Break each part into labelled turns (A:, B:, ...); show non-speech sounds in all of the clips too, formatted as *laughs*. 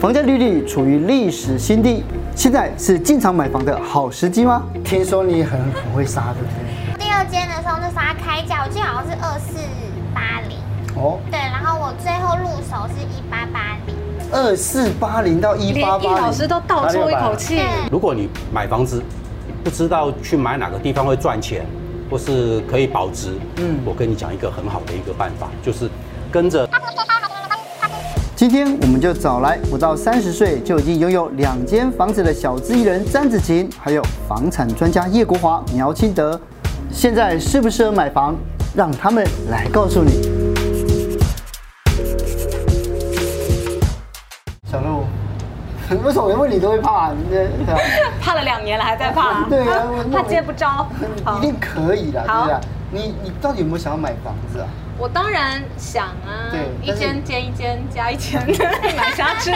A: 房价利率处于历史新低，现在是进场买房的好时机吗？听说你很很会杀，对不
B: 第二间的时候那时候它开价，我记得好像是二四八零，
A: 对？哦，
B: 对，然后我最后入手是一八八零，
A: 二四八零到一
C: 连
A: 八
C: 易
A: 八零，
C: 老师都倒抽一口气，
D: 如果你买房子不知道去买哪个地方会赚钱，或是可以保值，
A: 嗯
D: 嗯，我跟你讲一个很好的一个办法，就是跟着
A: 今天我们就找来不到三十岁就已经拥有两间房子的小资艺人詹子晴，还有房产专家叶国华、苗清德，现在适不适合买房，让他们来告诉你。小鹿， *laughs* 为什么连问你都会怕？你这对啊
C: 怕了两年了还在怕，
A: *laughs* 对
C: *laughs*
A: 啊我
C: 怕接不招。
A: 一定可以啦，对
C: 好
A: 不对？你你到底有没有想要买房子啊？
C: 我当然想啊
A: 对，
C: 一
A: 但是
C: 间接一间加一 *laughs* 间买啥 *laughs* 吃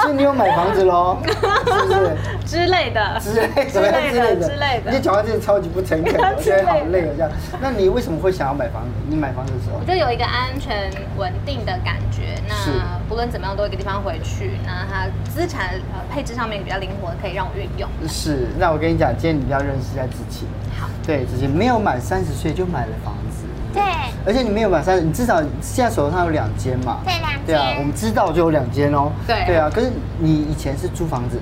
A: 所以你有买房子
C: *laughs*
A: 喽，是不是？
C: 之类的，
A: 之类的
C: 之类的之类
A: 你
C: 的。
A: 讲话真的超级不诚恳，
C: *laughs*
A: 我
C: 之
A: 觉得
C: 类的
A: 好累哦。这样，那你为什么会想要买房子？你买房子的时候
C: 我，就有一个安全稳定的感觉，
A: 是
C: 那不论怎么样都有一个地方回去，那它资产呃配置上面也比较灵活，可以让我运用。
A: 是，那我跟你讲，今天你一定要认识一下自己。
C: 好，
A: 对，自己没有满三十岁就买了房子，
B: 对，
A: 而且你没有满三十，你至少现在手上有两间嘛。
B: 对两间
A: 对啊，我们知道就有两间哦。
C: 对
A: 对啊，可是你以前是租房子，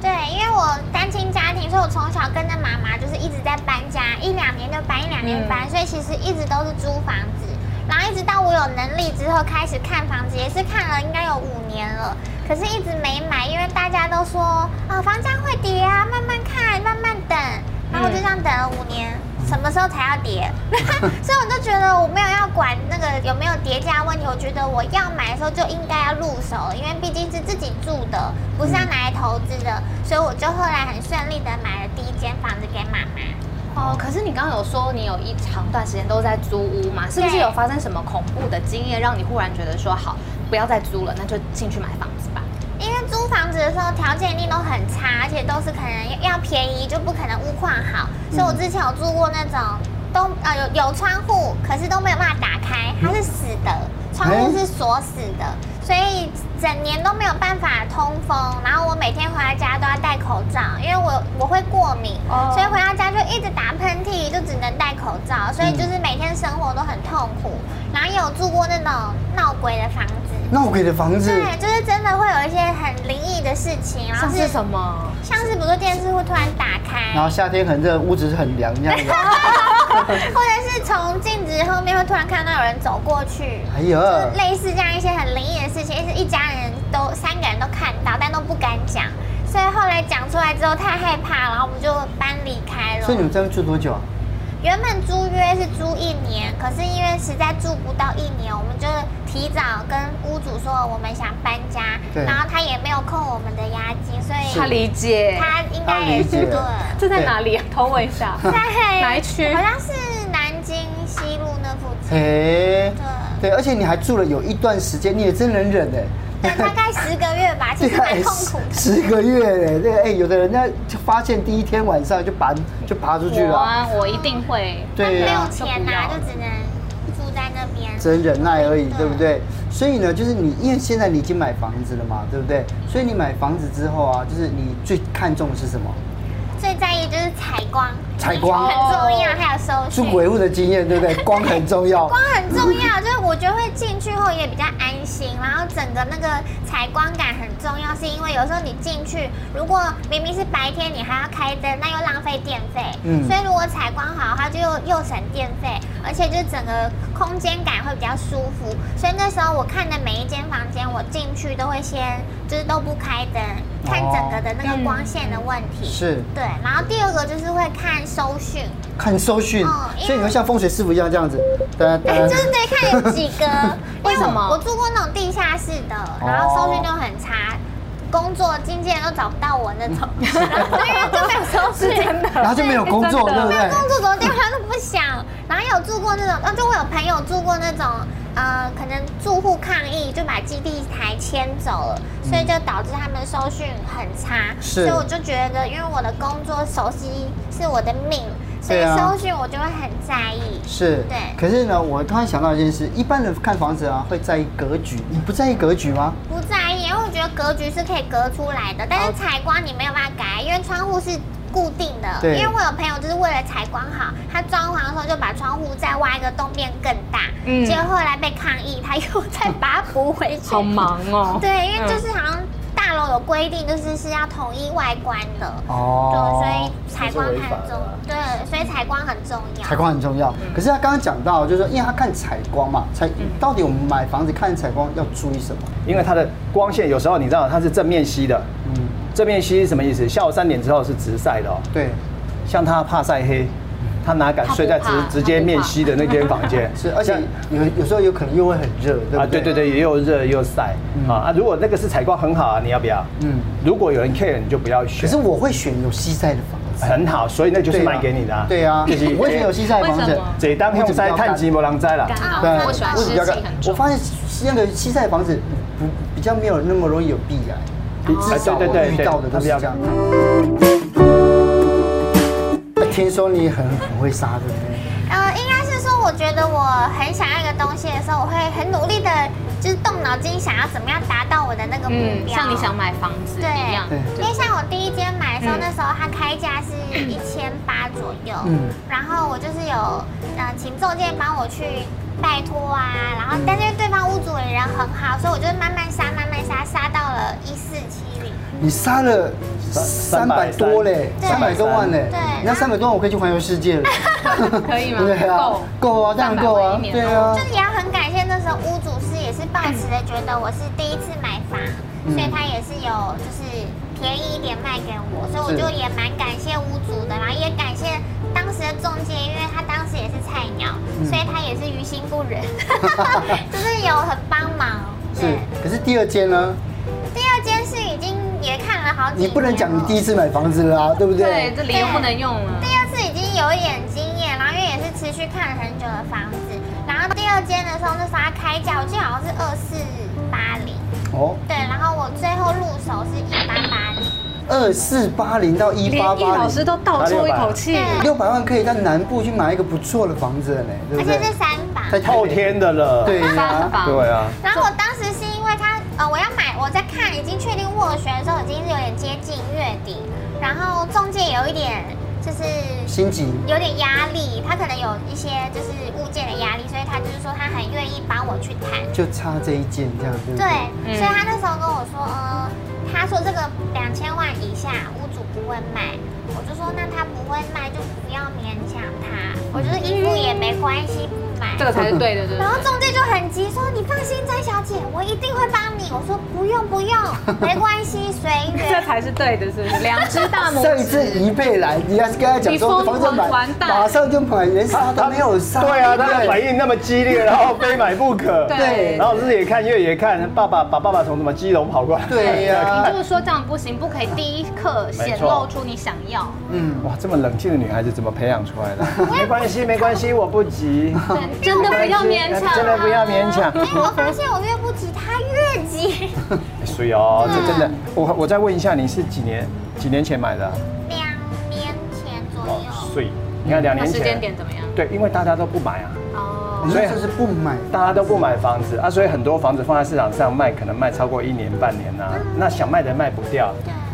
B: 对，因为我单亲家庭，所以我从小跟着妈妈就是一直在搬家，一两年就搬，一两年搬，所以其实一直都是租房子。然后一直到我有能力之后开始看房子，也是看了应该有五年了，可是一直没买，因为大家都说啊、房价会跌啊，慢慢看，慢慢等。然后我就这样等了五年，什么时候才要跌？ *laughs* 所以我就觉得我没有要管那个有没有叠加问题，我觉得我要买的时候就应该要入手，因为毕竟是自己住的，不是要拿来投资的，所以我就后来很顺利的买了第一间房子给妈妈。
C: 哦，可是你刚刚有说你有一长段时间都在租屋嘛？是不是
B: 对
C: 有发生什么恐怖的经验，让你忽然觉得说好不要再租了，那就进去买房子吧？
B: 因为租房子的时候条件一定都很差，而且都是可能要便宜就不可能屋况好，所以我之前有住过那种都呃有有窗户，可是都没有办法打开，它是死的，窗户是锁死的，所以整年都没有办法通风。然后我每天回到家都要戴口罩，因为我我会过敏，
C: 哦
B: 所以回到家就一直打喷嚏，就只能戴口罩，所以就是每天生活都很痛苦。然后也有住过那种闹鬼的房子。
A: 那我给的房子，
B: 对，就是真的会有一些很灵异的事情，然后
C: 像
B: 是
C: 是什么？
B: 像是比如说电视会突然打开，
A: 然后夏天很热，屋子是很凉这样子。
B: *laughs* 或者是从镜子后面会突然看到有人走过去，
A: 哎呀，
B: 类似这样一些很灵异的事情，是一家人都三个人都看到，但都不敢讲，所以后来讲出来之后太害怕，然后我们就搬离开
A: 所以你
B: 了。
A: 们在那边住多久啊？
B: 原本租约是租一年，可是因为实在住不到一年，我们就提早跟屋主说我们想搬家，
A: 对
B: 然后他也没有扣我们的押金，所以
C: 他理解，
B: 他应该也是对，
C: 这在哪 *laughs* 里啊？偷问一下。
B: 在
C: 哪一区
B: 好像是南京西路那附近。
A: 哎，
B: 对，
A: 对，而且你还住了有一段时间，你也真能忍哎、 *laughs*
B: 对，大概十个月吧，其
A: 这
B: 实
A: 个哎
B: 蛮痛苦的。
A: 十十个月哎，这个哎，有的人家就发现第一天晚上就爬就爬出去
C: 我
A: 了啊，
C: 啊，我一定会。 *laughs*
B: 但
A: 对
B: 没有
A: 啊，
B: 钱呐、就只能住在那边。
A: 只能忍耐而已，
B: 对啊
A: 对不对？所以呢，就是你因为现在你已经买房子了嘛，对不对？所以你买房子之后啊，就是你最看重的是什么？
B: 最在意就是采光，
A: 采光
B: 很重要，还有收
A: 住
B: 据。
A: 鬼户的经验，
B: *laughs*
A: 对不对？光很重要，
B: 光很重要，就是我觉得会进去后也比较安心，然后整个那个采光感很重要，是因为有时候你进去，如果明明是白天，你还要开灯，那又浪费电费。
A: 嗯
B: 所以如果采光好的话，就又又省电费，而且就是整个空间感会比较舒服。所以那时候我看的每一间房间，我进去都会先就是都不开灯，看整个的那个光线的问题。
A: 嗯是
B: 对，然后第二个就是会看搜讯，
A: 看搜讯
B: 哦，因为
A: 所以你会像风水师傅一样这样子，哒哒
B: *laughs* 哎，就是对，看有几个。因
C: *laughs* 为什么
B: 我我住过那种地下室的，
A: 哦
B: 然后收讯就很差，工作经纪人都找不到我那
A: *laughs*
B: 种，因为就没有收
C: 是
B: 讯。
C: 真的，
A: 然后就没有工作，
C: *laughs*
A: 对
B: 哎
C: 真的
A: 不对？
B: 工作怎么电话都不响，然后有住过那种，啊，就我有朋友住过那种，呃，可能住户抗议就把基地台迁走了，所以就导致他们收讯很差。
A: 嗯是
B: 所以我就觉得，因为我的工作熟悉是我的命，所以
A: 对啊
B: 收讯我就会很在意。
A: 是，
B: 对
A: 可是呢，我突然想到一件事，一般人看房子啊，会在意格局，你不在意格局吗？
B: 不在意，因为我觉得得格局是可以隔出来的，但是采光你没有办法改，因为窗户是固定的。
A: 对
B: 因为我有朋友就是为了采光好，他装潢的时候就把窗户再挖一个洞变更大，
C: 嗯
B: 结果后来被抗议，他又再把它补回去。
C: 好忙哦。
B: 对，因为就是好像大楼有规定，就是是要统一外观的。对，
A: 哦，
B: 所以采光
E: 这是违法
B: 很
E: 的
B: 重
E: 啊，
B: 对，所以采光很重要。
A: 采光很重要。
C: 嗯
A: 可是他刚刚讲到，就是说因为他看采光嘛，采到底我们买房子看采光要注意什么？
E: 因为它的光线有时候你知道它是正面吸的，
A: 嗯，
E: 正面吸是什么意思？下午三点之后是直晒的哦，
A: 对，嗯
E: 像他怕晒黑，他哪敢
C: 他不
E: 睡在直
C: 怕
E: 直接面西的那间房间
A: *laughs* ？是，而且
E: 像
A: 有有时候有可能又会很热，对不对？
E: 啊，对对，对，也又热又晒
A: 嗯
E: 啊啊！如果那个是采光很好啊，你要不要？
A: 嗯
E: 嗯，如果有人 care，你就不要
A: 可
E: 选
A: 是。我会选有西晒的房子，
E: 很好，所以那就是
A: 对啊
E: 卖给你的啊。
A: 对啊，
E: 就是
A: 我会选有西晒的房
C: 为
A: 子
C: 什么。
E: 这当用栽探及摩狼栽了。
C: 干啊
A: 对，
C: 我喜欢
A: 为什
C: 湿
A: 么要
C: 气
A: 干
C: 很
A: 我
C: 重。
A: 发现那个西晒房子不比较没有那么容易有壁癌，
C: 哦
A: 至少我遇到的都是这样。听说你很很会杀，对不对？
B: 呃，应该是说，我觉得我很想要一个东西的时候，我会很努力的，就是动脑筋想要怎么样达到我的那个目
C: 嗯，
B: 标。
C: 像你想买房子
B: 对
C: 一样，
A: 对
B: 因为像我第一间买的时候，
C: 嗯
B: 那时候它开价是一千八左右，
A: 嗯
B: 然后我就是有呃请中介帮我去拜托啊，然
C: 嗯
B: 后但是对方屋主也人很好，所以我就慢慢杀，慢慢杀，杀到了一四七零。
A: 你杀了三百多嘞，
B: 对
A: 三百多万嘞，
B: 对
A: 那三百多万我可以去环游世界了，
C: *laughs* 可以吗？
A: 对啊
C: 够，
A: 够啊，当然够
C: 300
A: 啊
C: 万一，年哦
A: 对啊
B: 就，是也要很感谢那时候屋主是也是抱持的觉得我是第一次买房，
A: 嗯
B: 所以他也是有就是便宜一点卖给我，所以我
A: 是
B: 就也蛮感谢屋主的，然后也感谢当时的中介，因为他当时也是菜鸟，
A: 嗯
B: 所以他也是于心不
A: *laughs*
B: 忍，就是有很帮忙。
A: 是
B: 对，。
A: 可是第二间呢，
B: 第二间是已经也看了好几
A: 你不能讲你第
B: 一。
A: 一次买房子啦，对不
C: 对
A: 对，？
C: 这理由不能用啊了
B: 第。二次已经有一点经验，然后因为也是持续看了很久的房子，然后第二间的时候，那时候它开价，我记得好像是二四八零，
A: 哦，
B: 对，然后我最后入手是一八八零，
A: 二四八零到一
C: 连
A: 八
C: 易
A: 八
C: 老师
A: 零，
C: 都倒抽一口气，
A: 六百万可以在南部去买一个不错的房子了呢，对
B: 而
A: 不对
B: 且？是三房。
A: 在台北
E: 后，天的了。
A: 对
C: 三
A: 呀，
C: 房
E: 对啊，
B: 然后我当时是因为它，呃，我要买，我在看，已经确定斡旋的时候，已经是有点接近月底，然后中介有一点就是
A: 心急，
B: 有点压力，他可能有一些就是物件的压力，所以他就是说他很愿意帮我去谈。
A: 就差这一件这样，对不对？
B: 对，
C: 嗯
B: 所以他那时候跟我说，呃，他说这个两千万以下屋主不会卖，我就说那他不会卖就不要勉强他，我就是一付也没关系不买
C: 这。个才是对的，对不
B: 然后
C: 对？
B: 中介就很急说：“你放心，张小姐，我一定会帮你。”我说：“不用
C: *laughs*
B: 不用，没关系，随
C: 这
B: 缘。
C: 才是对的，是不是？两只大
A: *laughs*
C: 拇
A: 上一
C: 指。
A: 次一倍来，你要是跟他讲说
C: 你
A: 房
C: 疯狂
A: 子买，
C: 完蛋
A: 马上就买，连杀都没有杀。
E: 对啊，他的
A: 对
E: 反应那么激烈，然后非买不可。
C: 对
A: *laughs* 对
E: 然后日也看，月也看，爸爸把爸爸从什么基隆跑过来。
A: 对呀
C: 你，就是说这样不行，不可以第一刻显露出你想要。
A: 嗯，
E: 哇，这么冷静的女孩子怎么培养出来的？没关系，没关系，我不急。
C: 对，真的不要勉强。啊
E: 真的不要勉强。哎
B: 因为我发现我越不急，他越急。
E: 所以哦，
C: 啊
E: 这真的，我我再问一下，你是几年几年前买的啊？
B: 两年前左
E: 哦，
B: 右，
E: 所以你看两
C: 那
E: 年前
C: 时间点怎么样？
E: 对，因为大家都不买啊，
C: 哦，
A: 你说这是不买，
E: 大家都不买房子啊，所以很多房子放在市场上卖，可能卖超过一年半年呐、啊那想卖的卖不掉，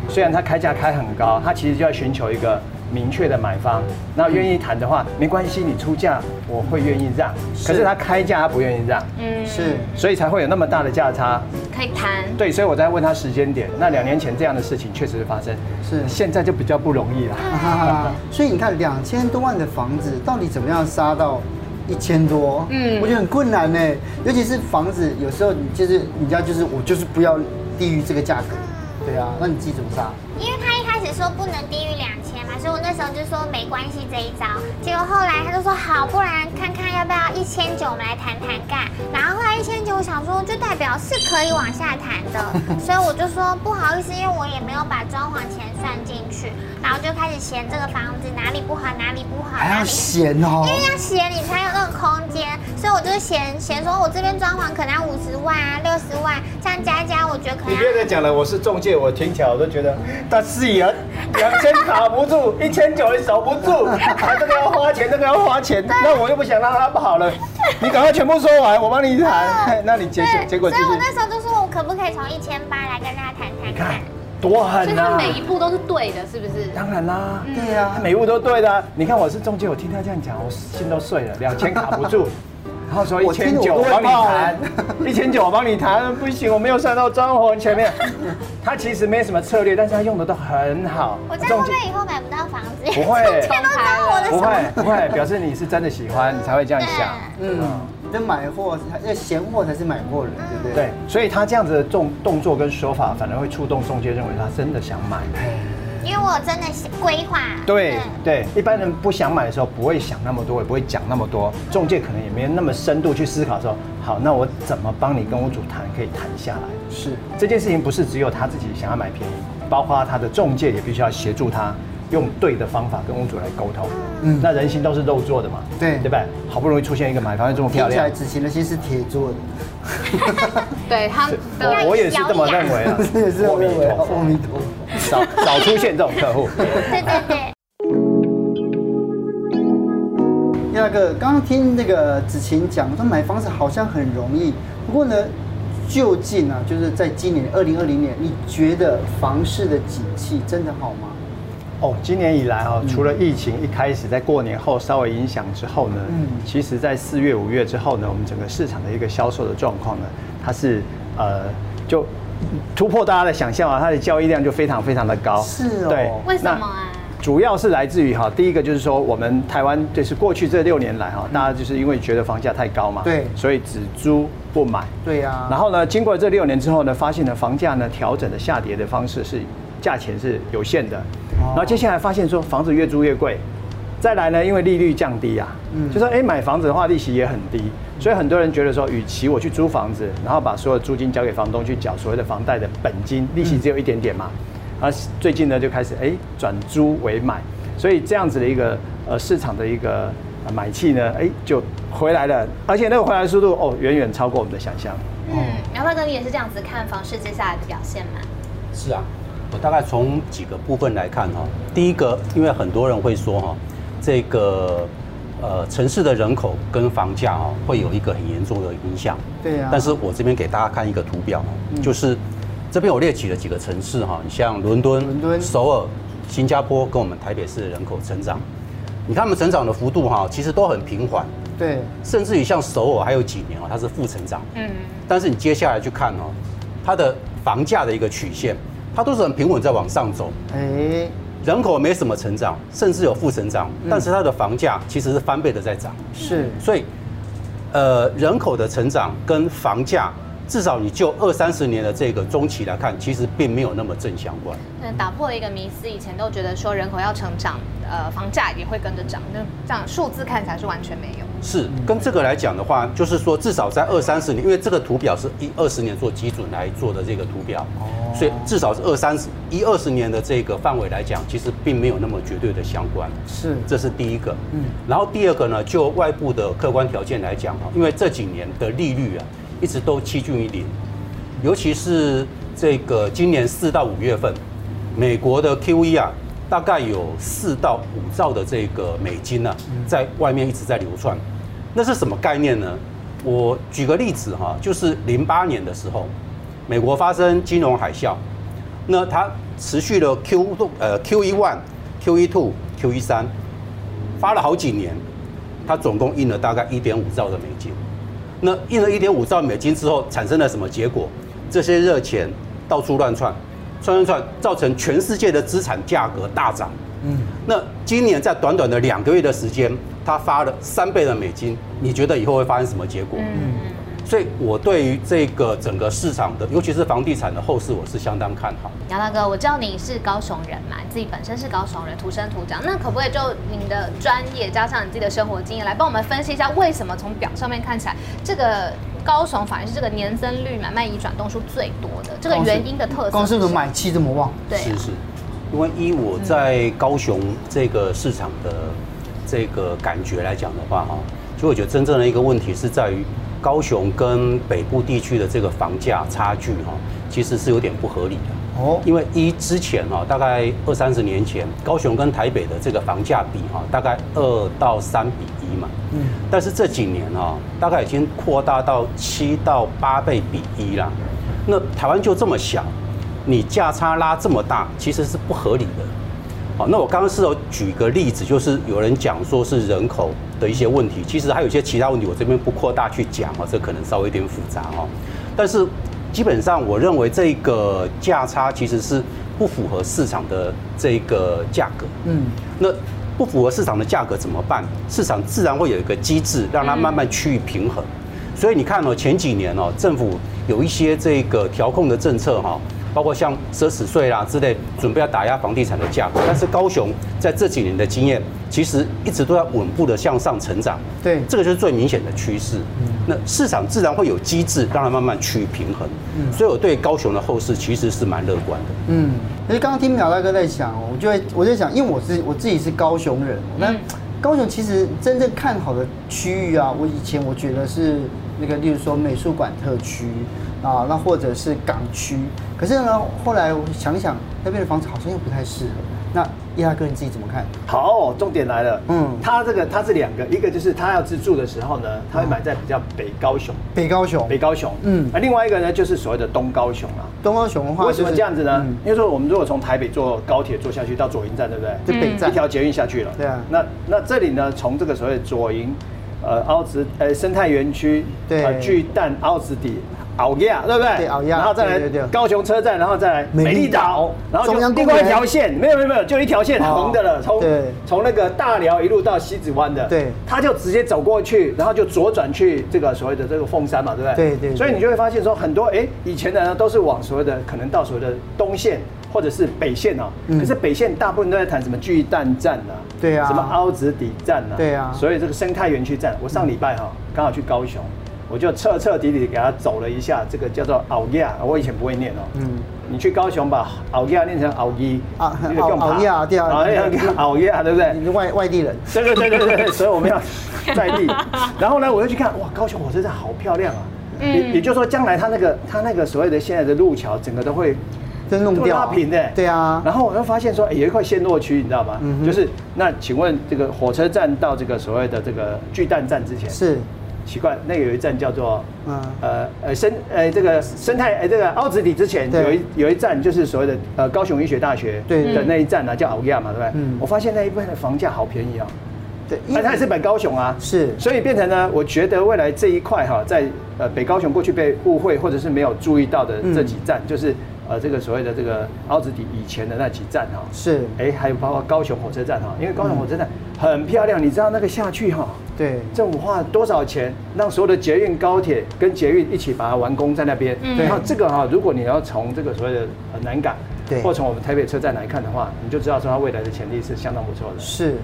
E: 虽然它开价开很高，它其实就要寻求一个明确的买方，那愿意谈的话，没关系，你出价我会愿意让，可是他开价他不愿意让，
C: 嗯，
A: 是
E: 所以才会有那么大的价差。
C: 可以谈。
E: 对，所以我在问他时间点，那两年前这样的事情确实是发生，
A: 是
E: 现在就比较不容易啦。
A: 啊哈哈哈。所以你看，两千多万的房子到底怎么样杀到一千多？嗯
C: 嗯，
A: 我觉得很困难呢。尤其是房子，有时候你就是人家就是我就是不要低于这个价格，
B: 嗯
A: 对啊，那你自己怎么杀？
B: 因为他一开始说不能低于两千嘛，所以我那时候就说没关系这一招。结果后来他就说好，不然看看要不要一千九，我们来谈谈看。然后后来一千九，我想说就代表是可以往下谈的，所以我就说不好意思，因为我也没有把装潢钱算进去，然后就开始嫌这个房子哪里不好，哪里不好，
A: 还
B: 哪
A: 要
B: 里。
A: 闲哦
B: 因。为要写你才有那种空间，所以我就嫌嫌说，我这边装潢可能要五十万啊、六十万，这样加一加，我觉得可能
E: 你
B: 要
E: 不要再讲了，我是中介，我听起来我都觉得他是人，两千卡不住，一千九也守不住，他这个要花钱，那个要花钱，那我又不想哎让他跑了，你赶快全部说完，我帮你谈，那你结
B: 对，
E: 结果就
B: 所以我那
E: 是
B: 时候就说我可不可以从一千八来跟大家谈谈
E: 你
B: 看
E: 看？多
C: 所以
E: 狠
C: 它
E: 呐！
C: 每一步都是对的，是不是？
E: 当然啦，
A: 对呀、
E: 他每一步都对的啊。你看我是中介，我听他这样讲，我心都碎了，两千卡不
A: *laughs*
E: 住。然后说一
A: 我听
E: 千
A: 了
E: 九，
A: 我
E: 我
A: 都会啊
E: 帮你
A: 怕
E: 谈，一千九我帮你谈，不行，我没有算到装潢前面。他其实没什么策略，但是他用的都很好。
B: 我这样
E: 中
B: 会不
E: 介
B: 会以后买不到房子？*laughs*
E: 不会
B: 中介都招我的
E: 不
B: 手。
E: 会不会，表示你是真的喜欢，你才会这样想。
A: 嗯，那买货要闲货才是买货人，对不对？
E: 对，所以他这样子的动动作跟手法，反而会触动中介认为他真的想买。
B: 嗯因为我真的是规划。嗯
E: 对对，一般人不想买的时候不会想那么多，也不会讲那么多，中介可能也没那么深度去思考说，好，那我怎么帮你跟屋主谈可以谈下来？
A: 是。
E: 这件事情不是只有他自己想要买便宜，包括他的中介也必须要协助他用对的方法跟屋主来沟通。
A: 嗯
E: 嗯，那人心都是肉做的嘛，
A: 对
E: 对吧？好不容易出现一个买方又这么漂
A: 听起
E: 亮
A: 来，子晴的心是铁做
E: *laughs*
A: 的，，
C: 对它
E: 我
C: 的
E: 我也是这么认为啊
A: 也 *laughs* 是
E: 阿弥陀
A: 阿
E: 佛，
A: 弥陀佛。
E: 少少出现这种客户。
B: 对对对，
A: 第二个，刚刚听那个子晴讲，说买房子好像很容易，不过呢，究竟啊，就是在今年二零二零年，你觉得房市的景气真的好吗？
E: 哦，今年以来哈、
A: 嗯
E: 哦，除了疫情一开始在过年后稍微影响之后呢，
A: 嗯
E: 其实在四月、五月之后呢，我们整个市场的一个销售的状况呢，它是呃就突破大家的想象啊，它的交易量就非常非常的高。
A: 是哦
E: 对，
C: 为什
E: 那
C: 么啊？
E: 主要是来自于哈，第一个就是说，我们台湾就是过去这六年来哈，大家就是因为觉得房价太高嘛，
A: 对
E: 所以只租不买，
A: 对呀、
E: 然后呢，经过这六年之后呢，发现呢房价呢调整的下跌的方式是价钱是有限的，然后接下来发现说房子越租越贵，再来呢，因为利率降低啊，
A: 嗯
E: 就说哎买房子的话利息也很低，所以很多人觉得说，与其我去租房子，然后把所有租金交给房东去缴所谓的房贷的本金，利息只有一点点嘛，啊最近呢就开始哎转租为买，所以这样子的一个呃市场的一个。呃买气呢，哎、就回来了，而且那个回来的速度哦，远远超过我们的想象。
C: 嗯，然后哥你也是这样子看房市接下来的表现吗？
D: 是啊，我大概从几个部分来看哈、第一个，因为很多人会说哈、这个呃城市的人口跟房价哈、会有一个很严重的影响。
A: 对啊嗯呀
D: 但是我这边给大家看一个图表哦，就是这边我列举了几个城市哈、你像伦敦、
A: 伦敦
D: 首尔、新加坡跟我们台北市的人口成长，你看他们成长的幅度哈、其实都很平缓，
A: 对，
D: 甚至于像首尔还有几年哦，它是负成长。
C: 嗯，
D: 但是你接下来去看哦，它的房价的一个曲线，它都是很平稳在往上走，
A: 哎，
D: 人口没什么成长，甚至有负成长，但是它的房价其实是翻倍的在涨，
A: 是
D: 所以，呃，人口的成长跟房价，至少你就二三十年的这个中期来看，其实并没有那么正相关。
C: 那打破一个迷思，以前都觉得说人口要成长，呃，房价也会跟着涨，那这样数字看起来是完全没有。
D: 是跟这个来讲的话，就是说至少在二三十年，因为这个图表是一二十年做基准来做的这个图表，所以至少是二三十一二十年的这个范围来讲，其实并没有那么绝对的相关。
A: 是，
D: 这是第一个。
A: 嗯
D: 嗯，然后第二个呢，就外部的客观条件来讲哈，因为这几年的利率啊，一直都趋近于零，尤其是这个今年四到五月份，美国的 QE 啊，大概有四到五兆的这个美金呢、啊，
A: 嗯
D: 在外面一直在流窜，那是什么概念呢？我举个例子哈、就是零八年的时候，美国发生金融海啸，那它持续了 Q 呃 QE one、QE two、QE E 三，发了好几年，他总共印了大概一点五兆的美金。那印了一点五兆美金之后，产生了什么结果？这些热钱到处乱窜，窜窜窜，造成全世界的资产价格大涨。
A: 嗯，
D: 那今年在短短的两个月的时间，他发了三倍的美金，你觉得以后会发生什么结果？
C: 嗯，
D: 所以我对于这个整个市场的，尤其是房地产的后市，我是相当看好。
C: 杨大哥，我知道你是高雄人嘛，你自己本身是高雄人，土生土长，那可不可以就你的专业加上你自己的生活经验来帮我们分析一下，为什么从表上面看起来，这个高雄反而是这个年增率买卖移转动数最多的，这个原因的特色是什
A: 光
C: 么？
A: 是买气这么旺，
C: 对啊
D: 是是，因为依我在高雄这个市场的这个感觉来讲的话，哈，其实我觉得真正的一个问题是在于高雄跟北部地区的这个房价差距，哈，其实是有点不合理的。
A: 哦，
D: 因为一之前哈、大概二三十年前，高雄跟台北的这个房价比哈、大概二到三比一嘛。
A: 嗯
D: 嗯。但是这几年哈、大概已经扩大到七到八倍比一啦。那台湾就这么小，你价差拉这么大，其实是不合理的。好，那我刚刚是有举个例子，就是有人讲说是人口的一些问题，其实还有一些其他问题，我这边不扩大去讲哦，这可能稍微有点复杂哦。但是基本上，我认为这个价差其实是不符合市场的这个价格。
A: 嗯，
D: 那不符合市场的价格怎么办？市场自然会有一个机制，让它慢慢趋于平衡。所以你看哦，前几年哦，政府有一些这个调控的政策哈、包括像奢侈税啦之类，准备要打压房地产的价格。但是高雄在这几年的经验，其实一直都在稳步的向上成长。
A: 对
D: 这个就是最明显的趋势。那市场自然会有机制，让它慢慢趋于平衡。所以我对高雄的后市其实是蛮乐观的。
A: 嗯，因为刚刚听苗大哥在讲哦，我就会我在想，因为我是我自己是高雄人，哦那高雄其实真正看好的区域啊，我以前我觉得是那个，例如说美术馆特区啊，那或者是港区，可是呢，后来我想想那边的房子好像又不太适合。那叶大哥你自己怎么看？
E: 好，重点来了，
A: 嗯
E: 嗯，它这个它是两个，一个就是他要自住的时候呢，他会买在比较北高雄，
A: 北高雄，
E: 北高雄，
A: 嗯
E: 嗯，那另外一个呢就是所谓的东高雄啊。
A: 东高雄的话、
E: 为
A: 就是，
E: 什么这样子呢
A: 嗯？
E: 因为说我们如果从台北坐高铁坐下去到左营站，对不对？
A: 就北
C: 嗯
A: 站
E: 一条捷运下去了。
A: 对啊
E: 那那这里呢，从这个所谓左营，呃，凹子呃生态园区，
A: 对
E: 呃巨蛋、凹子底、鳌亚，对不对？
A: 对鳌亚
E: 然后再
A: 对对
E: 来
A: 对
E: 高雄车站，然后再来
A: 美
E: 美
A: 丽
E: 丽
A: 岛
E: 岛，然后就
A: 中央公
E: 另
A: 园
E: 外一条线，没有没有没有，就一条线
A: 哦
E: 横的了，从
A: 对
E: 从那个大寮一路到西子湾的，
A: 对
E: 他就直接走过去，然后就左转去这个所谓的这个凤山嘛，对不对？
A: 对对对
E: 所以你就会发现说，很多哎、以前的呢都是往所谓的可能到所谓的东线或者是北线哦、
A: 嗯
E: 可是北线大部分都在谈什么巨蛋站啊，
A: 对啊
E: 什么凹子底站啊，
A: 对啊嗯
E: 所以这个生态园区站，我上礼拜哈、刚好去高雄，我就彻彻底底给它走了一下，这个叫做鳌亚，我以前不会念哦、
A: 嗯
E: 你去高雄把鳌亚念成鳌一
A: 啊鳌鳌亚对啊
E: 鳌亚鳌亚，啊对不对？
A: 你是嗯外外地人，
E: 对对对对对，所以我们要在地。然后呢，我又去看，哇，高雄火车站好漂亮啊！也也就是说，将来它那个它那个所谓的现在的路桥，整个都会
A: 真弄
E: 都
A: 掉
E: 拉平的。
A: 对啊，
E: 然后我又发现说，哎有一块陷落区，你知道吗
A: 嗯哼？
E: 就是那，请问这个火车站到这个所谓的这个巨蛋站之前，
A: 是，
E: 奇怪，那个有一站叫做
A: 嗯
E: 呃呃生呃这个生态呃这个凹子底之前
A: 对
E: 有一有一站就是所谓的呃高雄医学大学
A: 对
E: 的那一站啊，叫鳌亚嘛，对不对？
A: 嗯
E: 我发现那一边的房价好便宜啊。
A: 对，因
E: 但
A: 为
E: 它也是北高雄啊，
A: 是
E: 所以变成呢，我觉得未来这一块哈，在呃北高雄过去被误会或者是没有注意到的
A: 嗯
E: 这几站，就是呃这个所谓的这个凹子底以前的那几站哈，
A: 是，
E: 哎，还有包括高雄火车站哈，因为高雄火车站很漂亮，你知道那个下去哈，
A: 对，
E: 政府花了多少钱让所有的捷运、高铁跟捷运一起把它完工在那边？
C: 嗯
E: 然后这个哈，如果你要从这个所谓的呃南港
A: 对，
E: 或从我们台北车站来看的话，你就知道说它未来的潜力是相当不错的。
A: 是。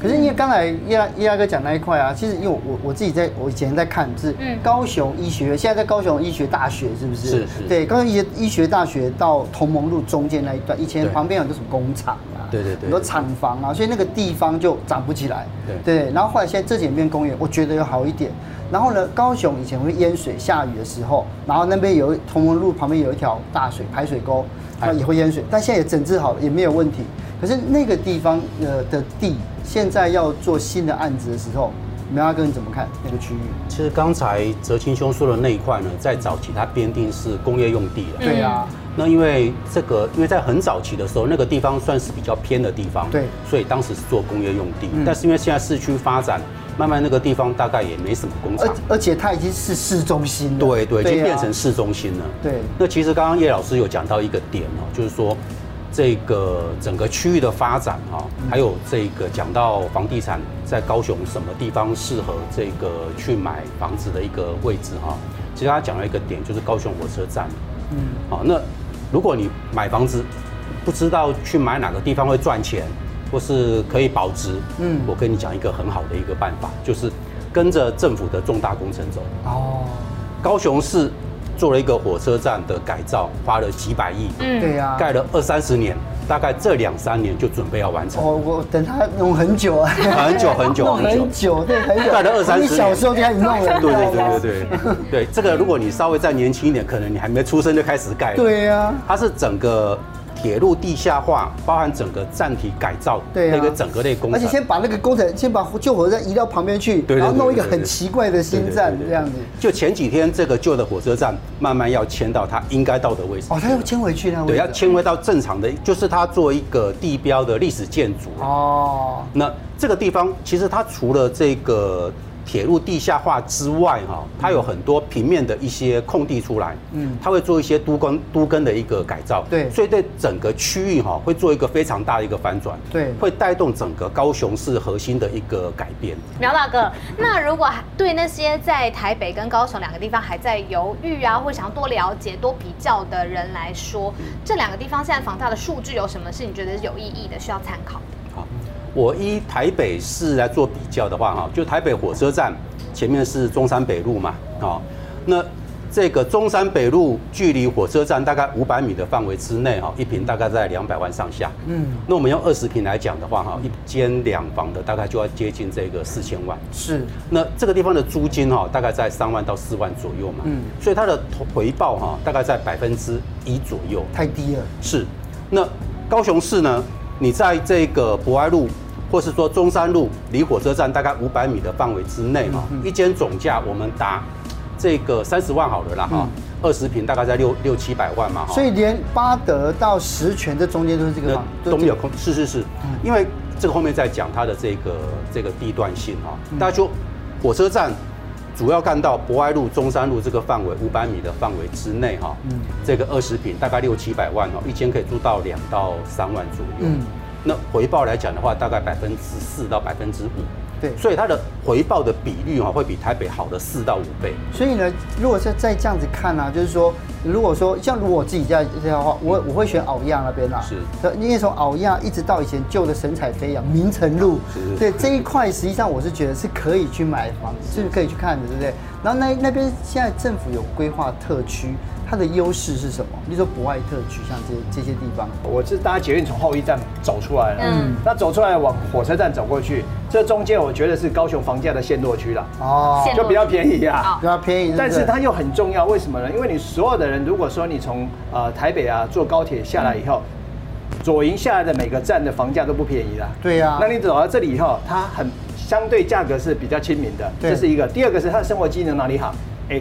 A: 可是因为刚才叶大叶大哥讲那一块啊，其实因为我我我自己在我以前在看是
C: 嗯
A: 高雄医学院，现在在高雄医学大学是不是？
D: 是是
A: 对，高雄医学医学大学到同盟路中间那一段，以前
D: 对
A: 旁边有很多什么工厂啊，
D: 对对对
A: 很多厂房啊，所以那个地方就长不起来。
D: 对
A: 对，然后后来现在这几年变公园，我觉得有好一点。然后呢，高雄以前会淹水，下雨的时候，然后那边有同盟路旁边有一条大水排水沟，
D: 哎
A: 它也会淹水，但现在也整治好了，也没有问题。可是那个地方呃的地，现在要做新的案子的时候，苗大哥你怎么看那个区域？
D: 其实刚才哲清兄说的那一块呢，在早期它编定是工业用地了。
A: 对啊，
D: 那因为这个，因为在很早期的时候，那个地方算是比较偏的地方，
A: 对
D: 所以当时是做工业用地。
A: 嗯
D: 但是因为现在市区发展，慢慢那个地方大概也没什么工厂
A: 而，而且它已经是市中心了，
D: 对对，已经
A: 啊
D: 变成市中心了。
A: 对
D: 那其实刚刚叶老师有讲到一个点哦，就是说这个整个区域的发展哈、还有这个讲到房地产在高雄什么地方适合这个去买房子的一个位置哈、其实他讲了一个点，就是高雄火车站。
A: 嗯
D: 好，那如果你买房子不知道去买哪个地方会赚钱，或是可以保值，
A: 嗯
D: 嗯，我跟你讲一个很好的一个办法，就是跟着政府的重大工程走。
A: 哦，
D: 高雄市做了一个火车站的改造，花了几百亿，
C: 嗯
A: 对啊，
D: 盖了二三十年，大概这两三年就准备要完成，
A: 我哦我等它弄很久啊，
D: 很久
A: *laughs*
D: 很久
A: 弄
D: 很久
A: 很。久，对，很久，
D: 盖了二三十
A: 你
D: 年
A: 小时候就开始弄了，
D: 对对
A: *laughs*
D: 对对对对，
A: 啊
D: 这个如果你稍微再年轻一点，可能你还没出生就开始盖了。
A: 对呀、
D: 它是整个铁路地下化，包含整个站体改造，
A: 对啊
D: 那个整个类工
A: 而
D: 程，
A: 且先把那个工程，先把旧火车站移到旁边去，
D: 对对对
A: 然后弄一个
D: 对对
A: 很
D: 对
A: 奇怪的新站这样子。
D: 就前几天这个旧的火车站慢慢要迁到它应该到的位置。
A: 哦，他又迁回去那个位
D: 对，
A: 置
D: 要迁回到正常的，就是它做一个地标的历史建筑。
A: 哦，
D: 那这个地方其实它除了这个铁路地下化之外，哈，它有很多平面的一些空地出来，
A: 嗯
D: 嗯，它会做一些都更都更的一个改造，
A: 对
D: 所以对整个区域哈会做一个非常大的一个反转，
A: 对
D: 会带动整个高雄市核心的一个改变。
C: 苗大哥，那如果还对那些在台北跟高雄两个地方还在犹豫啊，或想要多了解、多比较的人来说，这两个地方现在房价的数据有什么是你觉得是有意义的、需要参考的？
D: 好，我依台北市来做比较的话，哈，就台北火车站前面是中山北路嘛，哦，那这个中山北路距离火车站大概五百米的范围之内，哈，一平大概在两百万上下。
A: 嗯，
D: 那我们用二十平来讲的话，哈，一间两房的大概就要接近这个四千万。
A: 是
D: 那这个地方的租金哈、大概在三万到四万左右嘛，
A: 嗯
D: 嗯，所以它的投回报哈、大概在百分之一左右。
A: 太低了，
D: 是，那高雄市呢？你在这个博爱路，或是说中山路，离火车站大概五百米的范围之内哈、
A: 嗯嗯
D: 一间总价我们打这个三十万好了啦
A: 嗯
D: 哈，二十平大概在六六七百万嘛哈。
A: 所以连巴德到石泉这中间呃都是这个
D: 那
A: 房，
D: 都没有
A: 这
D: 空，是是是
A: 嗯，
D: 因为这个后面再讲它的这个这个地段性哈、大家说火车站主要干道博爱路、中山路这个范围五百米的范围之内哈、
A: 嗯
D: 这个二十平大概六七百万哦，一间可以租到两到三万左右，
A: 嗯
D: 那回报来讲的话，大概百分之四到百分之五，
A: 对
D: 所以它的回报的比率哈、会比台北好的四到五倍，
A: 所以呢，如果是再这样子看啊，就是说，如果说像如果我自己家这样的话，我
E: 嗯
A: 我会选鳌亚那边啦、
D: 是
A: 对，因为从鳌亚一直到以前旧的神采飞扬、明城路，
E: 啊
D: 是
A: 对这一块，实际上我是觉得是可以去买房，是可以去看的，对不对？然后那那边现在政府有规划特区，它的优势是什么？你说博爱特区，像这这些地方，
E: 我是搭捷运从后一站走出来了，
C: 嗯
E: 那走出来往火车站走过去，这中间我觉得是高雄房价的陷落区啦，
A: 哦，
C: 现
E: 就比较便宜啊
C: 好。
A: 比较便宜，对不对
E: 但是它又很重要，为什么呢？因为你所有的人，如果说你从呃台北啊坐高铁下来以后，左营下来的每个站的房价都不便宜啦。
A: 嗯对啊呀
E: 那你走到这里以后，它很相对价格是比较亲民的，
A: 对
E: 这是一个。第二个是它的生活机能哪里好？哎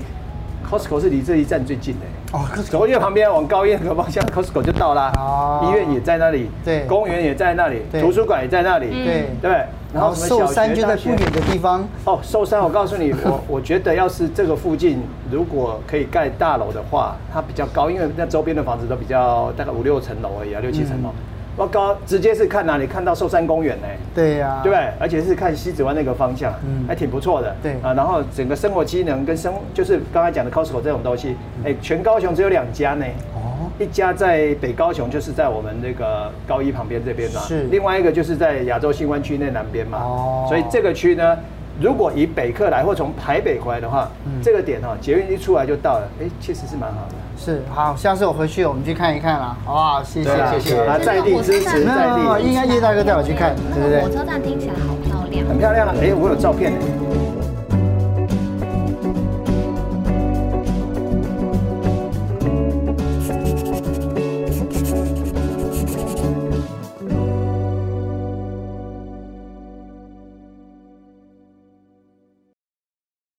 E: ，Costco 是离这一站最近的。
A: 哦，可
E: 走过去旁边往高院的方向，Costco 就到啦。
A: 哦
E: 医院也在那里，
A: 对
E: 公园也在那里，
A: 对
E: 图书馆也在那里，
A: 对
C: 嗯
E: 对不对？
A: 然后
E: 什么
A: 寿
E: 小学
A: 山就在
E: 大
A: 不
E: 学
A: 远的地方，
E: 哦，寿山，我告诉你，我 *laughs* 我觉得要是这个附近如果可以盖大楼的话，它比较高，因为那周边的房子都比较大概五六层楼而已啊，六七层楼
A: 嗯。
E: 我高直接是看哪里看到寿山公园呢、
A: 对啊呀、
E: 对不对？而且是看西子湾那个方向，
A: 嗯
E: 还挺不错的。
A: 对
E: 啊，然后整个生活机能跟生就是刚才讲的 Costco 这种东西，
A: 嗯
E: 哎，全高雄只有两家呢。
A: 哦
E: 哦，一家在北高雄，就是在我们那个高一旁边这边嘛。
A: 是
E: 另外一个就是在亚洲新湾区内南边嘛。
A: 哦
E: 哦。所以这个区呢，如果以北客来或从台北回来的话，
A: 嗯
E: 这个点哈、捷运一出来就到了，哎，确实是蛮好的。
A: 是，好，下次我回去我们去看一看啦，好不好？谢
E: 对啊
A: 谢，谢
E: 对啊
A: 谢。
E: 在地支持，在
A: 那
E: 地
A: 应该叶大哥带我去看，对不对
C: 火？车站听起来好漂亮。
E: 很漂亮啊！哎，我有照片呢。